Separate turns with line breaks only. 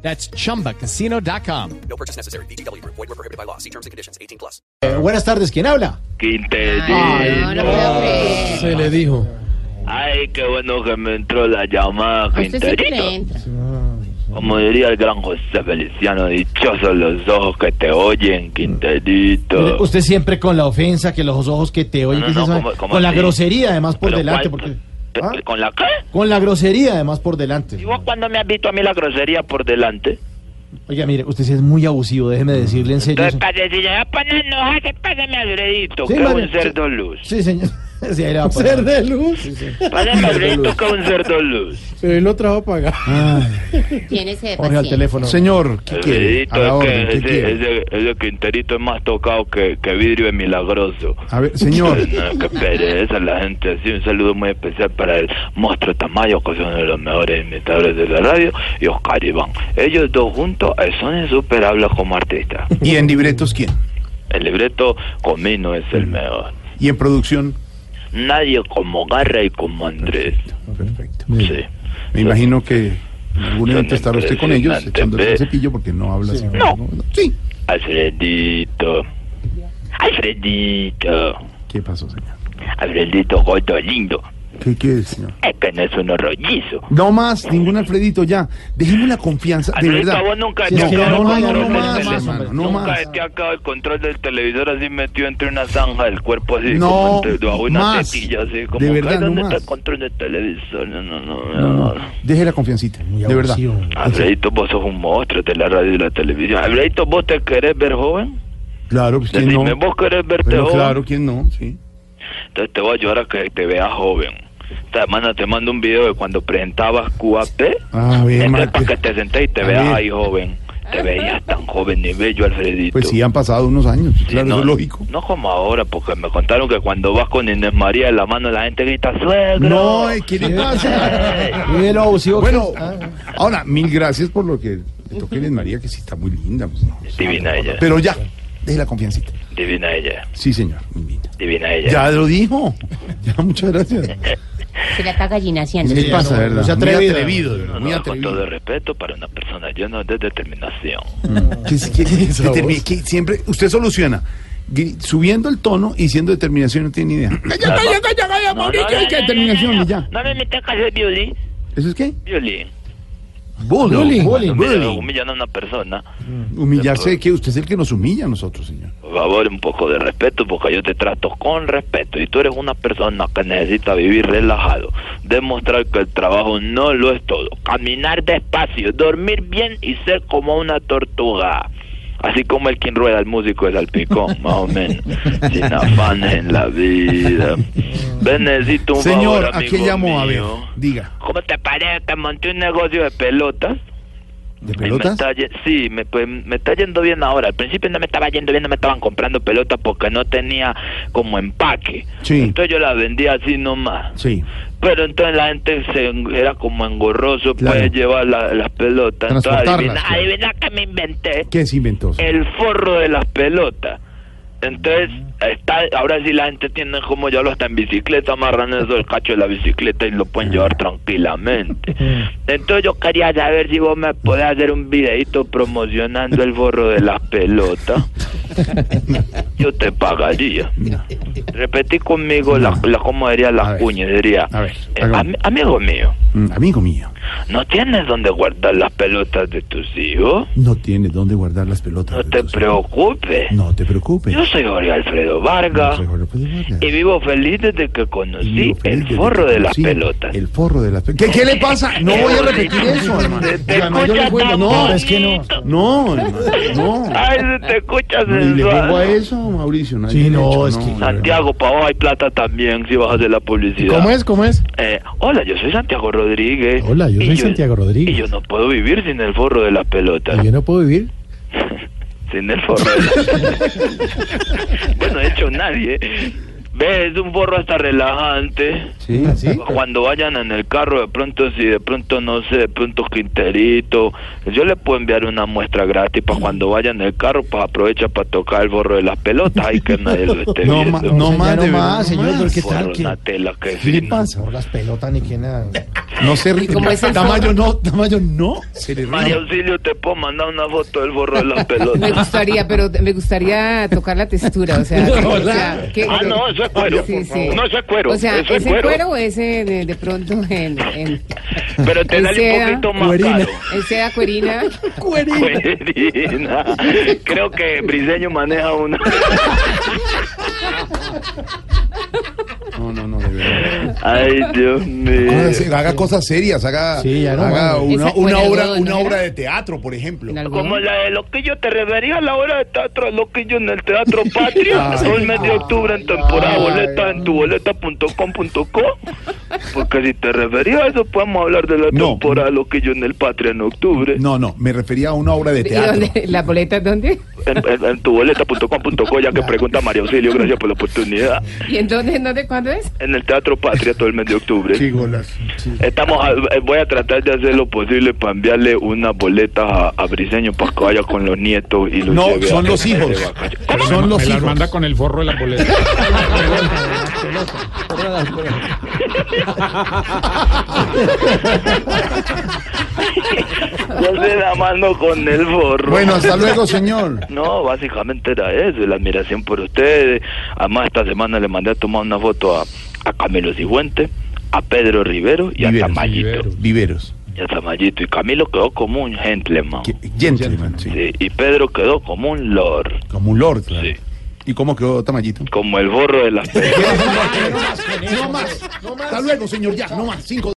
That's chumbacasino.com.
No purchase necessary. BGW. Void were prohibited by law. See terms and conditions. 18 plus.
Eh, buenas tardes, ¿quién habla?
Quinterito.
No, no puedo creer.
Se le dijo.
Ay, qué bueno que me entró la llamada,
Usted sí que me
Quinterito.
entra.
Como diría el gran José Feliciano, dichosos los ojos que te oyen, Quinterito.
Usted siempre con la ofensa, que los ojos que te oyen,
No,
que se
no, no,
sabe-
¿cómo- cómo
con la
así?
grosería además por
Pero
delante,
¿cuál-
porque
te-
¿Ah?
¿Con la qué?
con la grosería además por delante.
¿Y vos cuándo me has visto a mí la grosería por delante?
Oiga, mire, usted sí es muy abusivo, déjeme decirle en serio.
Entonces,
eso.
para que si ya pones enoja, se pásame agredito,
Sí,
que es
madre,
un cerdo luz.
Sí, señor. Sí, ahí le va a parar.
Ser de luz.
Pásame agredito, que es un cerdo luz.
Pero él lo trajo a pagar.
Ay,
Tiene
Jorge
ese
al
paciencia.
teléfono.
Ah, Señor, ¿qué quiere?
Agredito,
A la
es que
orden, ¿qué
ese,
quiere?
ese, ese Quinterito es más tocado que, que vidrio es milagroso.
A ver, señor.
No, qué pereza la gente así. Un saludo muy especial para el monstruo Tamayo, que es uno de los mejores imitadores de la radio, y Oscar Iván. Ellos dos juntos eh, son insuperables como artistas.
¿Y en libretos quién?
El libreto Comino es el mejor.
¿Y en producción?
Nadie como Garra y como Andrés.
Perfecto.
Sí.
Me imagino que en algún evento estará usted con ellos
Impresionante,
echándose
ve.
el cepillo porque no habla así.
No.
Sí.
Alfredito. Alfredito.
¿Qué pasó, señor?
Alfredito Goto lindo.
¿Qué quiere, señor?
Es que no es un rollizo.
No más, ningún Alfredito, ya. Dejemos la confianza, de
Alfredito,
verdad.
vos nunca
Si
te
es
has
que
quedado
no,
con
no,
el
no,
control
más,
del
hombre,
hermano, no
Nunca
más.
es que ha quedado el control del televisor así metido entre una zanja del cuerpo así
No
como entre- a una
más.
tetilla así como
De verdad,
"Ay, ¿dónde
no
está
más.
el control del televisor? No, no, no,
No,
no.
no, Deje la confiancita, de verdad.
abusivo.
Alfredito, vos sos un monstruo de la radio y la televisión. Alfredito, ¿vos te querés ver joven?
Claro, pues quién no.
Decime, ¿vos querés verte
Pero
joven?
claro, quién no, sí.
Entonces te voy a ayudar a que te veas joven. Esta semana te mando un video de cuando presentabas QAP.
A ver,
Entonces,
Mate.
para que te sentés y te
A
veas
ver.
ahí joven. Te veías tan joven y bello, Alfredito.
Pues sí, han pasado unos años, claro,
no,
eso es lógico.
No como ahora, porque me contaron que cuando vas con Inés María de la mano, la gente grita, suegro.
No, eh, ¿qué le pasa?
Mire lo abusivo que
Bueno,
es. Ah,
ahora, mil gracias por lo que le toqué a María, que sí está muy linda. pues, no.
Divina ella.
Pero ya, deje la confiancita.
Divina ella,
Sí, señor, muy linda.
divina ella.
Ya lo dijo. Ya, muchas gracias.
Se la está gallinaciando.
¿Qué le pasa,
no,
verdad?
no se
muy
atrevida.
atrevido, de
No, no,
verdad, muy
con todo el
atrevido.
respeto para una persona llena de determinación.
Mm. ¿Qué es- qué- qué-
Esa voz.
determi- qué- siempre, usted soluciona gri- subiendo el tono y siendo determinación, no tiene ni idea. Calla, calla, calla, calla, Mauricio, hay que determinación y ya.
No me metas que hacer violín.
¿Eso es qué?
Violín.
Bullying. Bullying.
Humillar- Humillando a una persona.
Humillarse de que usted es el que nos humilla a nosotros, señor.
Por favor, un poco de respeto, porque yo te trato con respeto. Y tú eres una persona que necesita vivir relajado, demostrar que el trabajo no lo es todo, caminar despacio, dormir bien y ser como una tortuga. Así como el quien rueda el músico es alpicón, más o menos. Sin afanes en la vida. Ven, necesito un
Señor,
favor,
¿a qué
amigo
llamo? A ver,
mío.
diga.
¿Cómo te parece que monté un negocio de pelotas? Ay,
¿De
Me
pelotas?
está ye- sí, me, pues, me está yendo bien ahora. Al principio no me estaba yendo bien, no me estaban comprando pelotas porque no tenía como empaque.
Sí.
Entonces yo las vendía así nomás.
Sí.
Pero entonces la gente se, en- era como engorroso
Claro.
puede llevar la- las pelotas. Entonces adivina,
Transportarlas, claro.
adivina que me inventé
¿Qué se inventó? señor?
el forro de las pelotas. Entonces, está, ahora sí la gente tiene como ya lo hasta en bicicleta, amarran eso el cacho de la bicicleta y lo pueden llevar tranquilamente. Entonces yo quería saber si vos me podés hacer un videito promocionando el forro de las pelotas. Yo te pagaría. Repetí conmigo la, la cómo diría
A
la
ver.
cuña, diría.
A ver,
eh,
hagamos.
ami- amigo mío,
Mm, Amigo mío,
¿no tienes dónde guardar las pelotas de tus hijos?
no tiene dónde guardar las pelotas.
No te
Entonces,
preocupes.
No pues, te preocupes.
Yo soy Jorge Alfredo Vargas
No, señor López de Vargas.
y vivo feliz desde que
Y
conocí
lo feliz desde
el
que
forro de las
conocí
pelotas.
El forro de las pelotas. ¿Qué, qué le pasa? No voy a repetir eso, hermano.
Te
Ya, hermano, yo le
escucha
juego.
tan
No,
es que no.
bonito.
no, hermano, no.
Ay, se te escucha
Ni le juego a
sensual.
eso, Mauricio. nadie
Sí,
le ha
no,
hecho,
es que-
Santiago, para vos hay plata también si vas a hacer la publicidad.
¿Cómo es? ¿Cómo es?
Eh, hola, yo soy Santiago Rodríguez.
Hola, yo
Y
soy Santiago Rodríguez.
Y yo no puedo vivir sin el forro de las pelotas.
Yo no puedo vivir.
Sin el forro. de la- bueno, de hecho, nadie. Ve, es un forro hasta relajante.
Sí, sí.
Cuando vayan en el carro, de pronto, si de pronto no sé, de pronto Quinterito, yo le puedo enviar una muestra gratis para cuando vayan en el carro, pues aprovecha para tocar el forro de las pelotas. Ay, que nadie lo esté
No,
viendo.
ma- no
Ya
más,
no
de verdad.
más,
no
señor,
más.
pero ¿qué
Forro,
tal? ¿Qué,
una tela que
¿Qué le
fina.
pasa?
por las pelotas ni que nada.
No se ríe.
cómo es el
Tamayo
forro?
no, Tamayo no. Se le
María
ríe.
Auxilio, te puedo mandar una foto del forro de las
Me
pelotas.
gustaría, pero me gustaría tocar la textura, o sea, o sea, que-
Ah, no, eso es cuero.
Sí, sí.
No, eso es cuero.
O sea,
eso es
ese
cuero.
cuero, o ese de, de pronto en, en
Pero te
en
sale un
seda,
poquito más
cuerina.
caro.
ese de acuerina.
Cuerina. Creo que Briseño maneja una.
No, no, no, de verdad.
Ay, Dios mío.
Haga se- Haga cosas serias, haga,
Sí, ya no,
haga
mano.
una,
Esa-
una
bueno,
obra,
no,
una
no
obra
era.
de teatro, por ejemplo.
en algodón.
Como la de Loquillo, te referías a la hora de teatro Loquillo en el Teatro Patria.
Ay.
Hoy mes de octubre en temporada
Ay.
boleta en tuboleta.com.co. Porque si te referías a eso, podemos hablar de la
No.
temporada Loquillo en el Patria en octubre.
No, no, me refería a una obra de
¿Y
teatro.
dónde? ¿La boleta dónde?
En, en, en tuboleta.com.co, ya que pregunta María Auxilio, gracias por la oportunidad.
¿Y en dónde? ¿En dónde? ¿Cuándo es?
En el Teatro Patria todo el mes de octubre.
Sí, golazo. Sí.
Estamos, a- eh, voy a tratar de hacer lo posible para enviarle una boleta a, a Briseño para que vaya con los nietos y los
No,
lleve
son
a-
los hijos.
de vacaciones.
Son los
Me las
hijos.
manda con el forro de la boleta.
Yo se la mano con el forro.
Bueno, hasta luego, señor.
No, básicamente era eso, la admiración por ustedes. Además, esta semana le mandé a tomar una foto a, a Camilo Cifuentes, a Pedro Rivero y a
Viveros,
Tamayito.
Viveros.
Viveros.
Y a Tamayito. Y Camilo quedó como un gentleman.
Que- Gentleman, sí.
Sí, y Pedro quedó como un lord,
Como un lord, claro.
Sí.
¿Y cómo quedó Tamayito?
como el borro de las pelotas.
No más, no más. Hasta luego, señor, ya, no más. Cinco.